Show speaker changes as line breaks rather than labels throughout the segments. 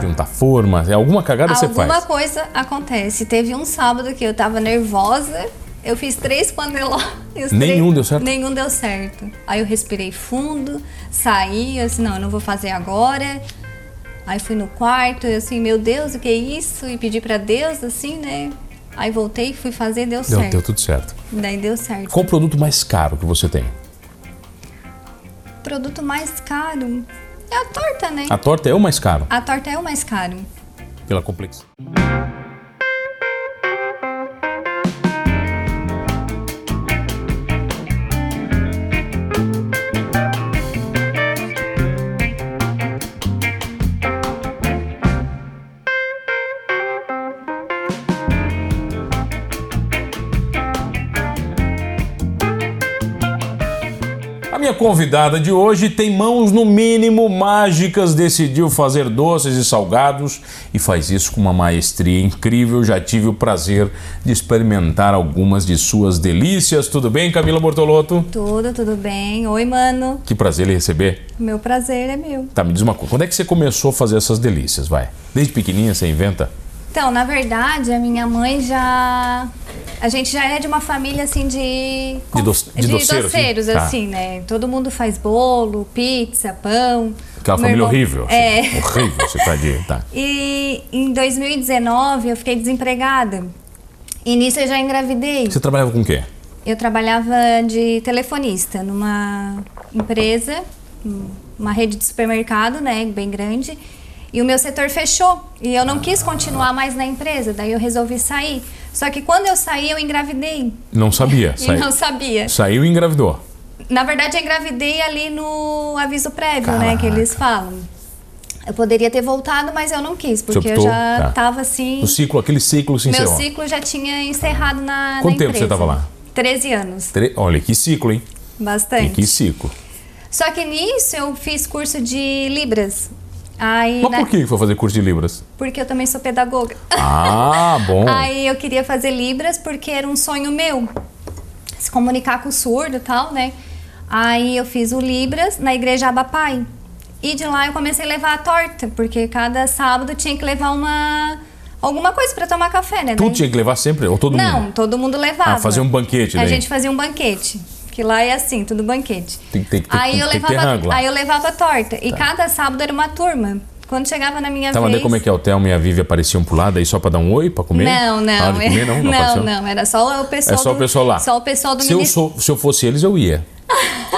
juntar forma, um é alguma cagada você
Alguma
faz.
coisa acontece. Teve um sábado que eu tava nervosa. Eu fiz três paneló. e os
Nenhum
três-
deu certo?
Nenhum deu certo. Aí eu respirei fundo, saí, eu assim, não, eu não vou fazer agora. Aí fui no quarto, eu assim, meu Deus, o que é isso? E pedi pra Deus, assim, né? Aí voltei, fui fazer, deu,
Deu,
certo.
deu tudo certo.
Daí deu certo.
Qual o produto mais caro que você tem?
O produto mais caro é a torta, né?
A torta é o mais caro,
A torta é o mais caro.
pela complexidade. A minha convidada de hoje tem mãos no mínimo mágicas, decidiu fazer doces e salgados e faz isso com uma maestria incrível. Já tive o prazer de experimentar algumas de suas delícias. Tudo bem, Camila Bortolotto?
Tudo, tudo bem. Oi, mano.
Que prazer lhe receber.
Meu prazer é meu.
Tá, me diz uma coisa, quando é que você começou a fazer essas delícias, vai? Desde pequenininha você inventa?
Então, na verdade, a minha mãe já. A gente já é de uma família assim de.
De doce- de doceiros,
doceiros,
né? Tá.
assim, né? Todo mundo faz bolo, pizza, pão.
Aquela
Meu
família
irmão-
horrível. assim,
É.
Horrível, você tá de... Tá.
E em 2019 eu fiquei desempregada. E nisso eu já engravidei.
Você trabalhava com o quê?
Eu trabalhava de telefonista numa empresa, um- uma rede de supermercado, né, bem grande. E o meu setor fechou e eu não quis continuar mais na empresa, daí eu resolvi sair. Só que quando eu saí, eu engravidei
Não sabia.
e
Saiu,
não sabia.
saiu e engravidou.
Na verdade, eu engravidei ali no aviso prévio, né,
Caraca.
que eles falam. Eu poderia ter voltado, mas eu não quis, porque eu
optou?
já
Tá.
estava assim.
O ciclo, aquele ciclo se
Meu
encerrou.
ciclo já tinha encerrado na, na
Quanto tempo você
empresa.
tava lá?
13 anos.
Tre- Olha, que ciclo, hein? E
Bastante.
que ciclo.
Só que nisso eu fiz curso de Libras. Aí,
Mas
na-
por que foi fazer curso de Libras?
Porque eu também sou pedagoga.
Ah, bom.
Aí eu queria fazer Libras porque era um sonho meu. Se comunicar com o surdo e tal, né? Aí eu fiz o Libras na igreja Abapai. E de lá eu comecei a levar a torta, porque cada sábado tinha que levar uma. alguma coisa pra tomar café, né?
Tu
Daí-
tinha que levar sempre, ou todo
Não,
mundo?
todo mundo levava.
Ah, fazia um banquete
A
daí.
gente fazia um banquete. Que lá é assim, tudo banquete.
Tem- tem que ter-
aí eu
tem que ter Tá.
levava,
rango lá.
Aí eu levava torta. E cada sábado era uma turma. Quando chegava na minha
Tava
vez...
vendo como é que é o Thelma e a Vivi apareciam pro lado aí só pra dar um oi, pra comer?
Não, não.
Na hora de comer, não? Não,
não,
apareceu?
não, Era só o
É
pessoal
só o
do-
pessoal lá.
Só o pessoal do
se eu,
ministério.
sou, se eu fosse eles, eu ia.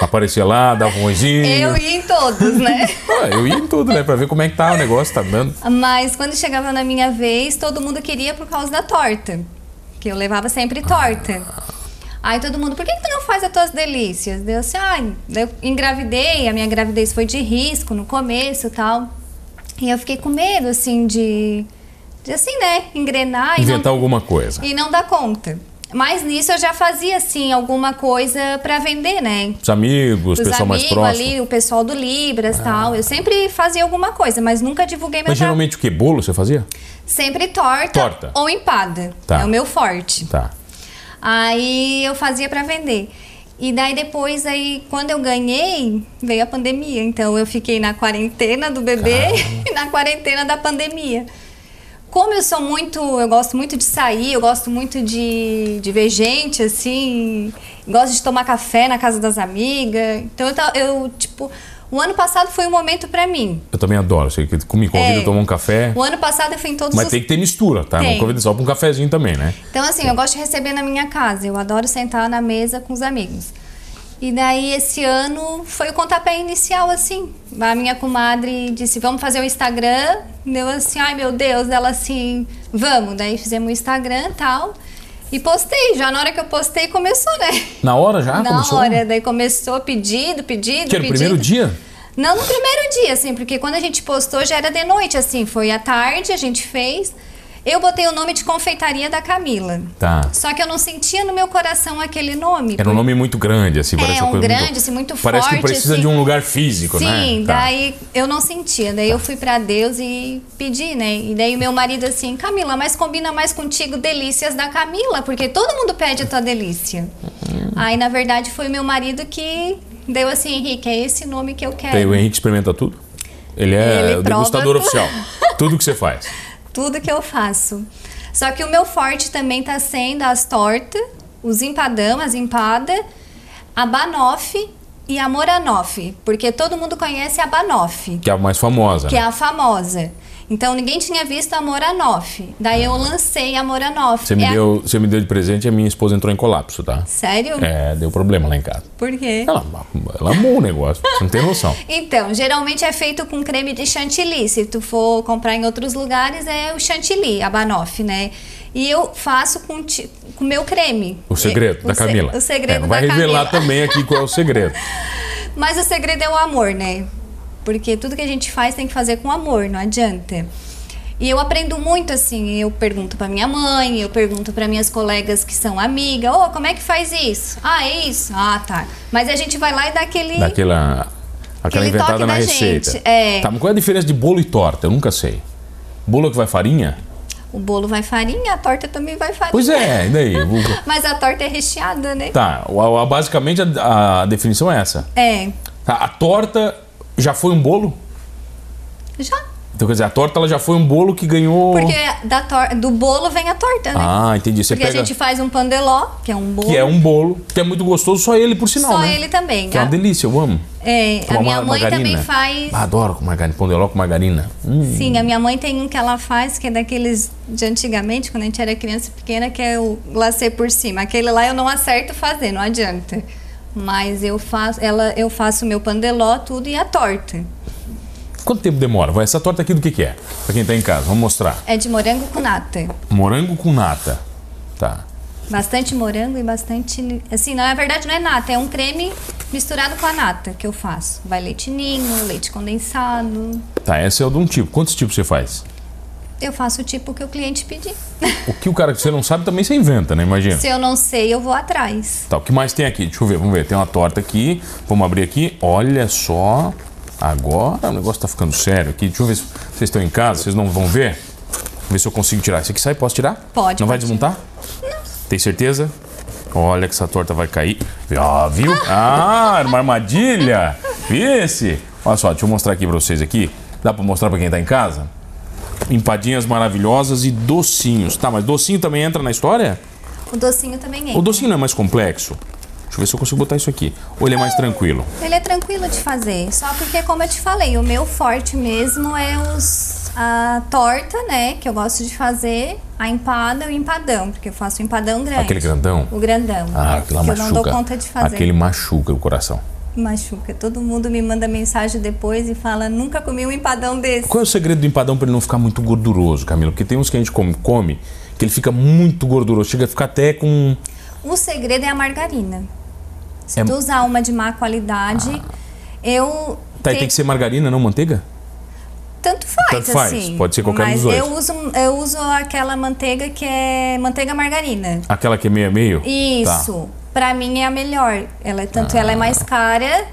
Aparecia lá, dava um oizinho.
Eu ia em todos, né?
Ah, eu ia em tudo, né? Pra ver como é que tá o negócio, tá dando.
Mas quando chegava na minha vez, todo mundo queria por causa da torta. Que eu levava sempre torta. Aí todo mundo, por que, que tu não faz as tuas delícias? Daí Eu assim, ai, daí eu engravidei, a minha gravidez foi de risco no começo e tal. E eu fiquei com medo, assim, de. de assim, né? Engrenar e não
Inventar um alguma coisa.
e não dá conta. Mas nisso eu já fazia, assim, alguma coisa pra vender, né?
Os amigos, o
Dos
pessoal mais
amigos
próximo.
ali, o pessoal do Libras e tal. Eu sempre fazia alguma coisa, mas nunca divulguei meu
Mas
trabalho.
geralmente o que? Bolo você fazia?
Sempre torta,
Torta.
ou empada.
Tá.
É o meu forte.
Tá.
Aí eu fazia pra vender. E daí depois, aí, quando eu ganhei, veio a pandemia. Então eu fiquei na quarentena do bebê e na quarentena da pandemia. Como eu sou muito, eu gosto muito de sair, eu gosto muito de, de ver gente, assim, gosto de tomar café na casa das amigas. Então eu, ta- eu tipo, o ano passado foi um momento pra mim.
Eu também adoro. Você que me convida a
É.
tomar um café.
O ano passado eu fui em todos
Mas
os
tem que ter mistura, tá? Não
Tem.
convida só pra um cafezinho também, né?
Então, assim, eu gosto de receber na minha casa. Eu adoro sentar na mesa com os amigos. E daí, esse ano, foi o pontapé inicial, assim. A minha comadre disse, vamos fazer o Instagram. Deu assim, ai meu Deus. Ela assim, vamos. Daí fizemos o Instagram e tal. E postei. Já na hora que eu postei, começou, né?
Na hora já?
na
Ah, começou?
hora. Daí começou pedido, pedido,
Que era o
pedido.
primeiro dia?
Não no primeiro dia, assim, porque quando a gente postou já era de noite, assim, foi à tarde, a gente fez. Eu botei o nome de Confeitaria da Camila.
Tá.
Só que eu não sentia no meu coração aquele nome.
Era um nome muito grande, assim,
É,
parece uma
um
coisa
grande,
muito...
assim, muito
Parece que
forte,
precisa
assim.
de um lugar físico, né?
Sim,
Tá.
daí eu não sentia. Daí eu fui pra Deus e pedi, né? E daí o meu marido assim, Camila, mas combina mais contigo delícias da Camila, porque todo mundo pede a tua delícia. Aí, na verdade, foi o meu marido que deu
Então,
assim, Henrique, é esse nome que eu quero.
Tem, o Henrique experimenta tudo? Ele é
Ele prova
degustador
tudo.
oficial. Tudo que você faz.
Tudo que eu faço. Só que o meu forte também tá sendo as tortas, os empadão, as empada, a banoff e a moranoff. Porque todo mundo conhece a banoff,
Que é a mais famosa.
que é
né?
a famosa. Então ninguém tinha visto a moranoff. Daí eu lancei a moranoff.
Você, me
É a-
deu, você me deu de presente e a minha esposa entrou em colapso, tá?
Sério?
É, deu problema lá em casa.
Por quê?
Ela, ela amou o negócio, você não tem noção.
Então, geralmente é feito com creme de chantilly. Se tu for comprar em outros lugares, é o chantilly, a banoff, né? E eu faço com ti- com o meu creme.
O segredo
É,
da
se-
Camila.
O segredo
É, não
da
vai revelar
Camila.
também aqui qual é o segredo.
Mas o segredo é o amor, né? Porque tudo que a gente faz tem que fazer com amor, não adianta. E eu aprendo muito assim, eu pergunto pra minha mãe, eu pergunto pra minhas colegas que são amigas, ô, como é que faz isso? Ah, é isso? Ah, tá. Mas a gente vai lá e dá aquele
Daquela. Aquela
Aquele
inventada
toque
na
da
receita.
gente, é.
Tá, mas qual é a diferença de bolo e torta? Eu nunca sei. Bolo que vai farinha?
o bolo vai farinha, a torta também vai farinha.
Pois é, e daí? O-
Mas a torta é recheada, né?
Tá, a- a- basicamente a, a definição é essa.
É.
Tá, a torta já foi um bolo?
Já.
Então quer dizer, a torta ela já foi um bolo que ganhou.
Porque da tor- do bolo vem a torta, né?
Ah, entendi. Você
Porque
pega.
a gente faz um pandeló, que é um bolo.
Que é um bolo, que é muito gostoso, só ele por sinal,
Só
né?
ele Ah. também.
Que é uma
A-
delícia, eu amo.
É,
Com
a
uma
minha mãe
margarina.
também faz.
Ah, adoro com margarina, pandeló com margarina. Hum,
Sim, a minha mãe tem um que ela faz, que é daqueles de antigamente, quando a gente era criança pequena, que é o glacê por cima. Aquele lá eu não acerto fazer, não adianta. Mas eu faço, ela, eu faço o meu pandeló, tudo e a torta.
Quanto tempo demora? Vai, essa torta aqui do que que é? Pra quem tá em casa, vamos mostrar.
É de morango com nata.
Morango com nata. Tá.
Bastante morango e bastante. Assim, na verdade não é nata, é um creme misturado com a nata que eu faço. Vai leite ninho, leite condensado.
Tá, essa é de um tipo. Quantos tipos você faz?
Eu faço o tipo que o cliente pedir.
O que o cara que você não sabe também você inventa, né? Imagina.
Se eu não sei, eu vou atrás.
Tá, o que mais tem aqui? Deixa eu ver, vamos ver. Tem uma torta aqui. Vamos abrir aqui. Olha só. Agora o negócio tá ficando sério aqui. Deixa eu ver se vocês estão em casa, vocês não vão ver. Vou ver se eu consigo tirar. Isso aqui sai, posso tirar?
Pode,
Não vai
pode.
desmontar? Tem certeza? Olha que essa torta vai cair. Ah, viu? Ah, era uma armadilha. Esse. Olha só, deixa eu mostrar aqui pra vocês aqui. Dá pra mostrar pra quem tá em casa? Empadinhas maravilhosas e docinhos. Tá, mas docinho também entra na história?
O docinho também é.
O docinho não é mais complexo? Deixa eu ver se eu consigo botar isso aqui. Ou ele é mais tranquilo?
Ele é tranquilo de fazer, só porque, como eu te falei, o meu forte mesmo é os a torta, né? Que eu gosto de fazer, a empada e o empadão, porque eu faço o empadão grande.
Aquele grandão?
O grandão.
Ah,
É. que
aquele lá
eu
machuca.
não dou conta de fazer.
Aquele machuca o coração.
Machuca. Todo mundo me manda mensagem depois e fala: nunca comi um empadão desse.
Qual é o segredo do empadão para ele não ficar muito gorduroso, Camilo? Porque tem uns que a gente come, come que ele fica muito gorduroso. Chega a ficar até com...
O segredo é a margarina. Se
É- Ah.
tu usar uma de má qualidade, eu.
Tá, e
te-
tem que ser margarina, não manteiga?
Tanto faz,
Tanto faz,
assim.
pode ser qualquer um
Mas
dos dois.
Eu uso, eu uso aquela manteiga que é manteiga margarina.
Aquela que é meio a meio? Tá. Ah.
Isso. Pra mim é a melhor. Ela é tanto ela é mais cara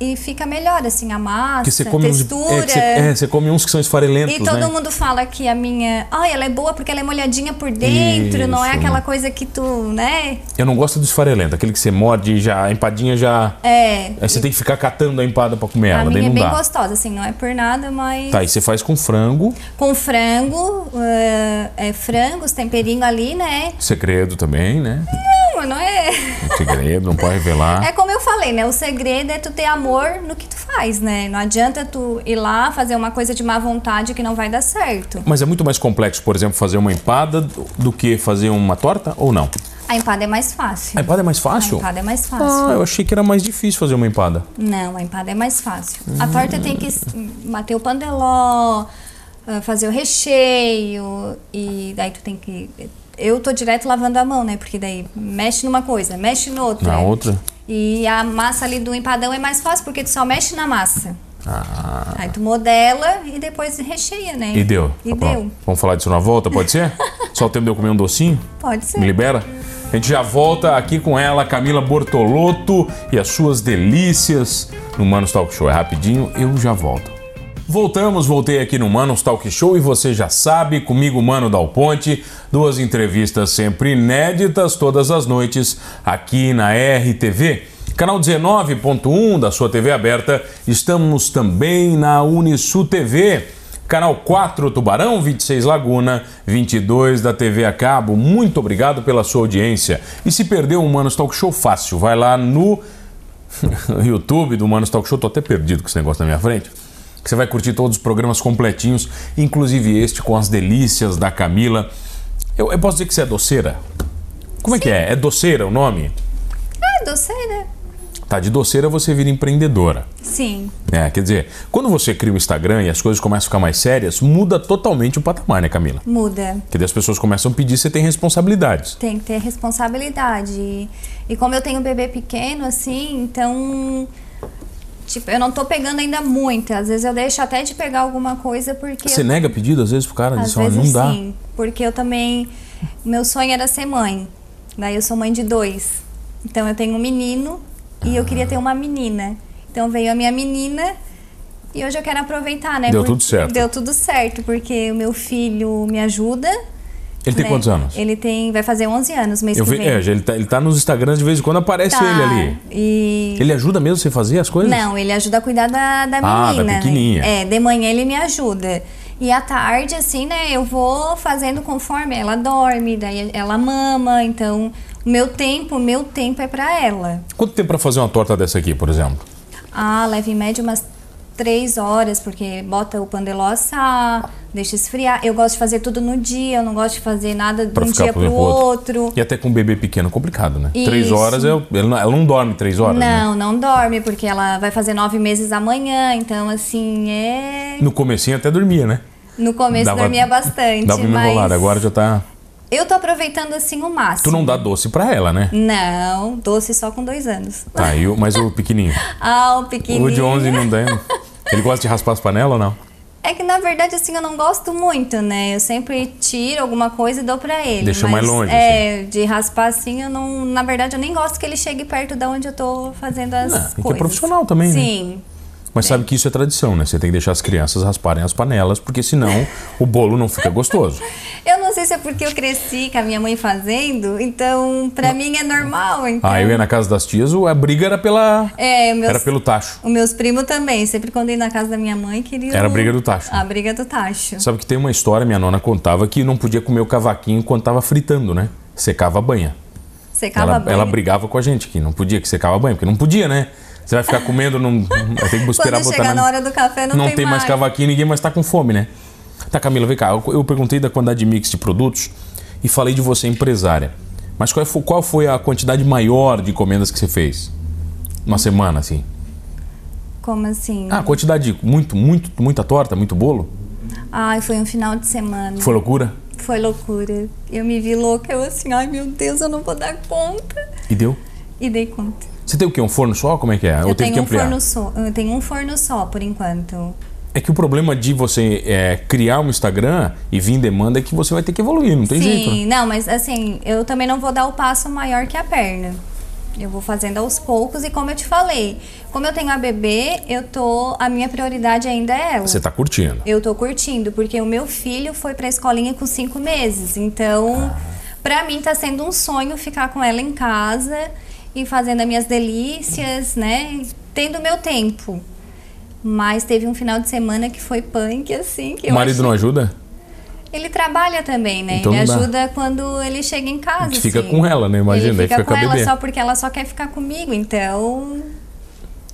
e fica melhor assim a massa,
Que você come uns...
textura.
É, que você, é, você come uns que são esfarelentos,
E todo
né?
mundo fala que a minha, ai, ela é boa porque ela é molhadinha por dentro, não é
Isso.
aquela coisa que tu, né?
Eu não gosto do esfarelento. Aquele que você morde e já... A empadinha já...
É.
Aí você tem que ficar catando a empada para comer
A
ela. Daí
minha é
não
bem
dá.
gostosa, assim, não é por nada, mas
Tá, e você faz com frango.
com frango, eh, é, frangos, temperinho ali, né?
Segredo também, né?
Não, não é.
Um segredo, não pode revelar.
É como eu falei, né? O segredo é tu ter amor no que tu faz, né? Não adianta tu ir lá fazer uma coisa de má vontade que não vai dar certo.
Mas é muito mais complexo, por exemplo, fazer uma empada do do que fazer uma torta ou não?
A empada é mais
A
fácil.
empada é mais
A
fácil?
empada é mais
Ah,
fácil.
eu achei que era mais difícil fazer uma empada.
Não, a empada é mais fácil. A torta tem que s- bater o pandeló, ah, fazer o recheio e daí tu tem que eu tô direto lavando a mão, né? Porque daí mexe numa coisa, mexe no outra.
Na outra?
E a massa ali do empadão é mais fácil porque tu só mexe na massa.
Ah.
Aí tu modela e depois recheia, né?
E deu.
E
Tá
deu.
pronto. Vamos falar disso na volta, pode ser? Só o tempo de eu comer um docinho?
Pode ser.
Me libera? A gente já volta aqui com ela, Camila Bortolotto, e as suas delícias no Manos Talk Show. É rapidinho, eu já volto. Voltamos, voltei aqui no Manos Talk Show e você já sabe, comigo, Mano Dal Ponte, duas entrevistas sempre inéditas todas as noites aqui na RTV. Canal 19.1 da sua TV aberta, estamos também na Unisu TV. Canal 4 Tubarão, 26 Laguna, 22 da TV a cabo. Muito obrigado pela sua audiência. E se perdeu o Humanos Talk Show fácil, vai lá no YouTube do Humanos Talk Show. Tô até perdido com esse negócio na minha frente. Que você vai curtir todos os programas completinhos, inclusive este com as delícias da Camila. Eu, eu posso dizer que você é doceira? Como é que é? É doceira o nome?
Ah, doceira.
Tá, de doceira você vira empreendedora.
Sim.
É, quer dizer, quando você cria o Instagram e as coisas começam a ficar mais sérias, muda totalmente o patamar, né, Camila?
Muda.
Quer dizer, as pessoas começam a pedir, você tem responsabilidades.
Tem que ter responsabilidade. E- E como eu tenho um bebê pequeno, assim, então. Tipo, eu não tô pegando ainda muito. Às vezes eu deixo até de pegar alguma coisa porque.
Você
eu-
nega pedido às vezes pro cara,
Às
diz, olha,
vezes
não dá.
sim. Porque eu também. Meu sonho era ser mãe. Daí eu sou mãe de dois. Então eu tenho um menino e eu queria ter uma menina. Então veio a minha menina. E hoje eu quero aproveitar, né?
Deu tudo certo.
Deu tudo certo, porque o meu filho me ajuda.
Ele tem
né?
quantos anos?
Ele tem, vai fazer 11 anos mês
Eu
que
vi,
vem.
é, já ele, tá, ele tá nos Instagrams de vez em quando aparece
Tá,
ele ali.
E...
Ele ajuda mesmo você a fazer as coisas?
Não, ele ajuda a cuidar da, da
Ah, da
menina. né?
pequenininha.
É, de manhã ele me ajuda. E à tarde, assim, né, eu vou fazendo conforme ela dorme, daí ela mama, então o meu tempo, o meu tempo é pra ela.
Quanto tempo pra fazer uma torta dessa aqui, por exemplo?
Ah, leva em média umas três horas, porque bota o pandeló assar, deixa esfriar. Eu gosto de fazer tudo no dia, eu não gosto de fazer nada de
Pra
um
ficar
dia
pro
pro
outro.
outro.
E até com um bebê pequeno, complicado, né? Três
Isso.
horas, é, ele não- ela não dorme três horas, né?
Não, não dorme, porque ela vai fazer nove meses amanhã, então assim, é.
No comecinho até dormia, né?
No começo
Dava-
dormia bastante,
Dava uma
mas.
enrolada, agora já tá...
Eu tô aproveitando assim o máximo.
Tu não dá doce pra ela, né?
Não, doce só com dois anos.
Tá, e o, mas o pequenininho?
Ah, o pequenininho.
O de 11 não dá. né? Ele gosta de raspar as panelas ou não?
É que na verdade assim eu não gosto muito, né? Eu sempre tiro alguma coisa e dou pra ele.
Deixa
mas,
mais longe,
É, de raspar assim eu não. Na verdade eu nem gosto que ele chegue perto da onde eu tô fazendo as
Não, tem
coisas.
que é profissional também, né?
Sim.
Mas sabe que isso é tradição, né? Você tem que deixar as crianças rasparem as panelas, porque senão o bolo não fica gostoso.
Eu não sei se é porque eu cresci com a minha mãe fazendo, então pra mim é normal. Então.
Ah, eu ia na casa das tias, o- a briga era pela.
É, meus,
Era pelo tacho.
os meus primos também. Sempre quando ia na casa da minha mãe, queria.
Era a
o-
briga do tacho.
A briga do tacho.
Sabe que tem uma história, minha nona contava, que não podia comer o cavaquinho quando tava fritando, né? Secava a banha.
Secava
Ela,
a banha.
ela brigava com a gente, que não podia, que secava a banha, porque não podia, né? Você vai ficar comendo, não. Vai ter que esperar
Quando
botar
chega
na-
na hora do café, não,
não, tem, mais cavaquinho, ninguém mais tá com fome, né? Tá, Camila, vem cá. Eu, eu perguntei da quantidade de mix de produtos e falei de você empresária. Mas qual foi, qual foi a quantidade maior de encomendas que você fez? Uma semana, assim.
Como assim?
Ah, quantidade de muito, muito, muita torta, muito bolo?
Ai, foi um final de semana.
Foi loucura?
Foi loucura. Eu me vi louca, eu assim, ai meu Deus, eu não vou dar conta.
E deu?
E dei conta.
Você tem o quê? Um forno só? Como é que é? Ou
eu
teve
tenho
que
um
ampliar?
forno só. Eu tenho um forno só, por enquanto.
É que o problema de você é, criar um Instagram e vir em demanda é que você vai ter que evoluir, não tem jeito. né?
Sim, não, mas assim, eu também não vou dar o passo maior que a perna. Eu vou fazendo aos poucos e como eu te falei, como eu tenho a bebê, eu tô. A minha prioridade ainda é ela.
Você tá curtindo.
Eu tô curtindo, porque o meu filho foi pra escolinha com cinco meses. Então, pra mim tá sendo um sonho ficar com ela em casa e fazendo as minhas delícias, né? Tendo meu tempo. Mas teve um final de semana que foi punk, assim, que
o
eu
marido
achei-
não ajuda?
Ele trabalha também, né?
Então
ele
não dá.
ajuda quando ele chega em casa.
Que fica
assim.
com ela, né? Imagina,
ele
aí
fica,
fica
com,
com a
ela
bebê.
só porque ela só quer ficar comigo, então.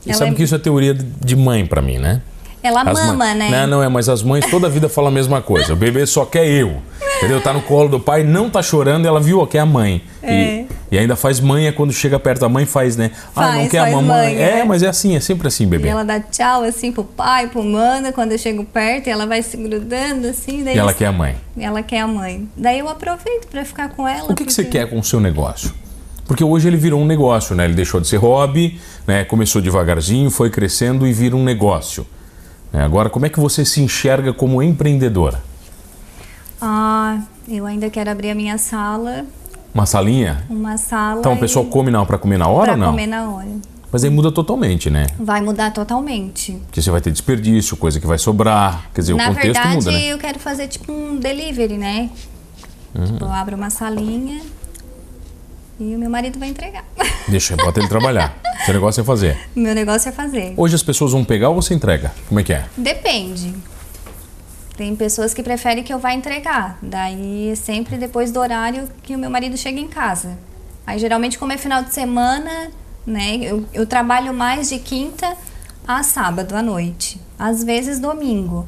E
Ela
sabe
é-
que isso é teoria de mãe pra mim, né?
Ela
As mães-
mama, né?
Não, não é, mas as mães toda a vida falam a mesma coisa. O bebê só quer eu. Entendeu? Tá no colo do pai, não tá chorando, ela viu, ó, quer a mãe. E,
É.
e ainda faz mãe, é quando chega perto da mãe, faz, né? ah, não
Faz,
quer a
faz
mamãe.
mãe,
é,
né?
mas é assim, é sempre assim,
E
bebê.
ela dá tchau assim pro pai, pro mana, quando eu chego perto, e ela vai se grudando assim, daí
E ela
eles-
quer a mãe.
ela quer a mãe. Daí eu aproveito pra ficar com ela.
O que, que você quer com o seu negócio? Porque hoje ele virou um negócio, né? Ele deixou de ser hobby, né? começou devagarzinho, foi crescendo e vira um negócio. né? Agora, como é que você se enxerga como empreendedora?
Ah, eu ainda quero abrir a minha sala,
Uma salinha?
uma sala.
Então, o
e-
pessoal come não para comer na hora
pra
ou não?
comer na hora.
Mas aí muda totalmente, né?
Vai mudar totalmente.
Porque você vai ter desperdício, coisa que vai sobrar. Quer dizer,
na
o contexto
verdade,
muda, né?
eu quero fazer tipo um delivery, né?
Hum.
Tipo, eu abro uma salinha e o meu marido vai entregar.
Deixa, bota ele trabalhar. Seu negócio é fazer.
meu negócio é fazer.
Hoje as pessoas vão pegar ou você entrega? Como é que é?
Depende. Tem pessoas que preferem que eu vá entregar. Daí é sempre depois do horário que o meu marido chega em casa. Aí geralmente como é final de semana, né? Eu, eu trabalho mais de quinta a sábado à noite. Às vezes domingo.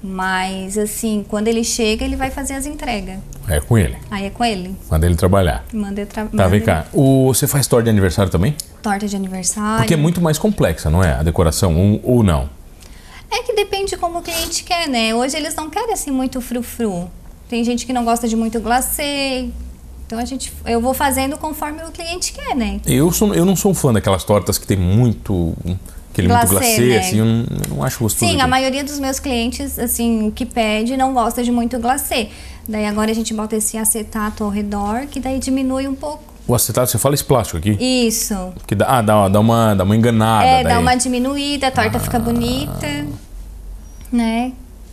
Mas assim, quando ele chega, ele vai fazer as entregas.
É com ele.
Aí é com ele.
Manda ele trabalhar.
Manda eu tra
Tá,
manda
vem
ele-
cá. O, você faz torta de aniversário também?
Torta de aniversário.
Porque é muito mais complexa, não é? A decoração, ou, ou não.
É que depende de como o cliente quer, né? Hoje eles não querem assim muito frufru. Tem gente que não gosta de muito glacê. Então a gente, eu vou fazendo conforme o cliente quer, né?
Eu, sou, eu não sou um fã daquelas tortas que tem muito. um, aquele muito
Glacê,
glacê,
né?
assim, eu não, eu não acho gostoso.
Sim, a
aquilo.
maioria dos meus clientes, assim, o que pede não gosta de muito glacê. Daí agora a gente bota esse acetato ao redor, que daí diminui um pouco.
O acetato, você fala esse plástico aqui?
Isso.
Que dá, ah, dá, dá, uma, dá uma enganada.
é,
Ah, daí. Ah.
dá uma diminuída, a torta fica bonita, né?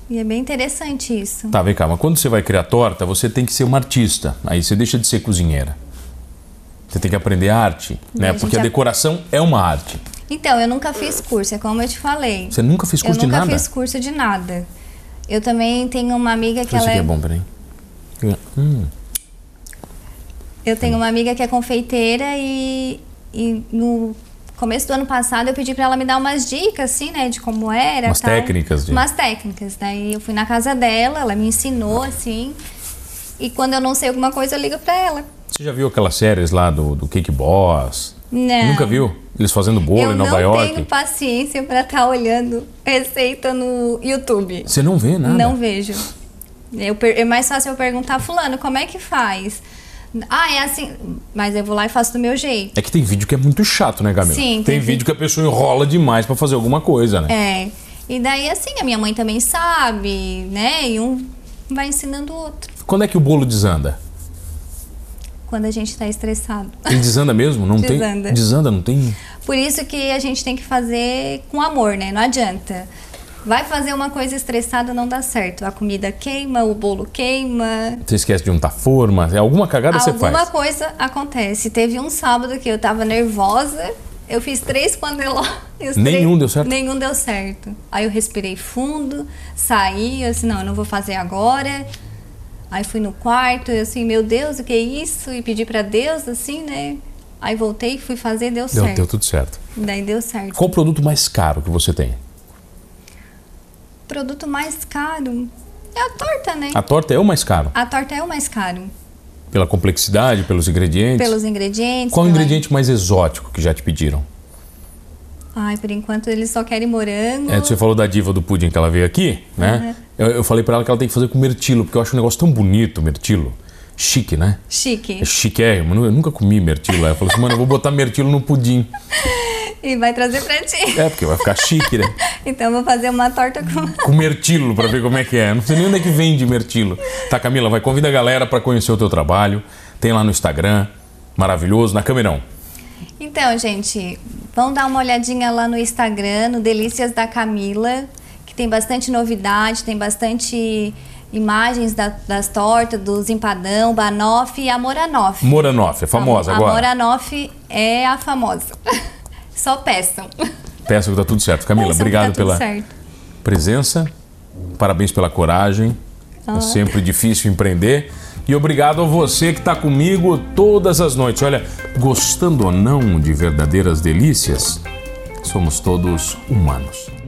E é bem interessante isso.
Tá, vem cá, mas quando você vai criar torta, você tem que ser uma artista. Aí você deixa de ser cozinheira. Você tem que aprender arte,
Daí
né?
a gente
Porque a
a-
decoração é uma arte.
Então, eu nunca fiz curso, é como eu te falei.
Você nunca fez curso
eu
de
nunca
nada?
fiz curso de nada. Eu também tenho uma amiga
Isso
que ela
aqui
é,
é bom, peraí. Hum,
eu tenho uma amiga que é confeiteira e, e no começo do ano passado eu pedi pra ela me dar umas dicas assim, né, de como era,
Umas
tal.
técnicas de-
Umas técnicas. Daí eu fui na casa dela, ela me ensinou assim. E quando eu não sei alguma coisa, eu ligo pra ela.
você já viu aquelas séries lá do, do Cake Boss?
Não.
Nunca viu? Eles fazendo bolo
É. né. Eu
em
não
Nova York?
tenho paciência pra estar olhando receita no YouTube.
Você não vê nada?
Não vejo. Eu per- É mais fácil eu perguntar, fulano, como é que faz? Ah, é assim. Mas eu vou lá e faço do meu jeito.
É que tem vídeo que é muito chato, né, Camila?
Sim,
Tem,
tem
vídeo que a pessoa enrola demais pra fazer alguma coisa, né?
É. E daí, assim, a minha mãe também sabe, né? E um vai ensinando o outro.
Quando é que o bolo desanda?
Quando a gente tá estressado.
Ele desanda mesmo? Não tem?
Desanda.
Desanda, não tem?
Por isso que a gente tem que fazer com amor, né? Não adianta. Vai fazer uma coisa estressada, não dá certo. A comida queima, o bolo queima,
Você esquece de untar forma? É Alguma cagada você
Alguma
faz?
coisa acontece. Teve um sábado que eu tava nervosa. Eu fiz três paneló. e os
Nenhum
três-
deu certo?
Nenhum deu certo. Aí eu respirei fundo, saí, eu assim, não, eu não vou fazer agora. Aí fui no quarto, eu assim, meu Deus, o que é isso? E pedi pra Deus, assim, né? Aí voltei, fui fazer, deu,
Deu,
certo.
deu tudo certo.
Daí deu certo.
Qual o produto mais caro que você tem?
O produto mais caro é a torta, né?
A torta é o mais caro?
A torta é o mais caro.
Pela complexidade, pelos ingredientes?
Pelos ingredientes.
Qual o
pela-
ingrediente mais exótico que já te pediram?
Ai, por enquanto eles só querem morango.
É, você falou da diva do pudim que ela veio aqui,
Uhum.
né? Eu, eu falei pra ela que ela tem que fazer com mirtilo, porque eu acho um negócio tão bonito, mertilo. Chique, né?
Chique.
É chiquérrimo. Eu nunca comi mirtilo. Aí eu falei assim, mano, eu vou botar mirtilo no pudim.
E vai trazer pra ti.
É, porque vai ficar chique, né?
Então eu vou fazer uma torta com.
Com mirtilo, pra ver como é que é. Não sei nem onde é que vende mirtilo. Tá, Camila, vai, convida a galera pra conhecer o teu trabalho. Tem lá no Instagram. Maravilhoso. Na Camerão.
Então, gente, vão dar uma olhadinha lá no Instagram, no Delícias da Camila, que tem bastante novidade, tem bastante imagens da- das tortas, dos empadão, Banoff e a Moranoff.
Moranoff, é famosa
a,
agora.
A Moranoff é a famosa. Só peçam.
Peço que tá tudo certo. Camila,
Peçam que
obrigado
tá tudo
pela
certo.
presença. Parabéns pela coragem. É sempre difícil empreender. E obrigado a você que está comigo todas as noites. Olha, gostando ou não de verdadeiras delícias, somos todos humanos.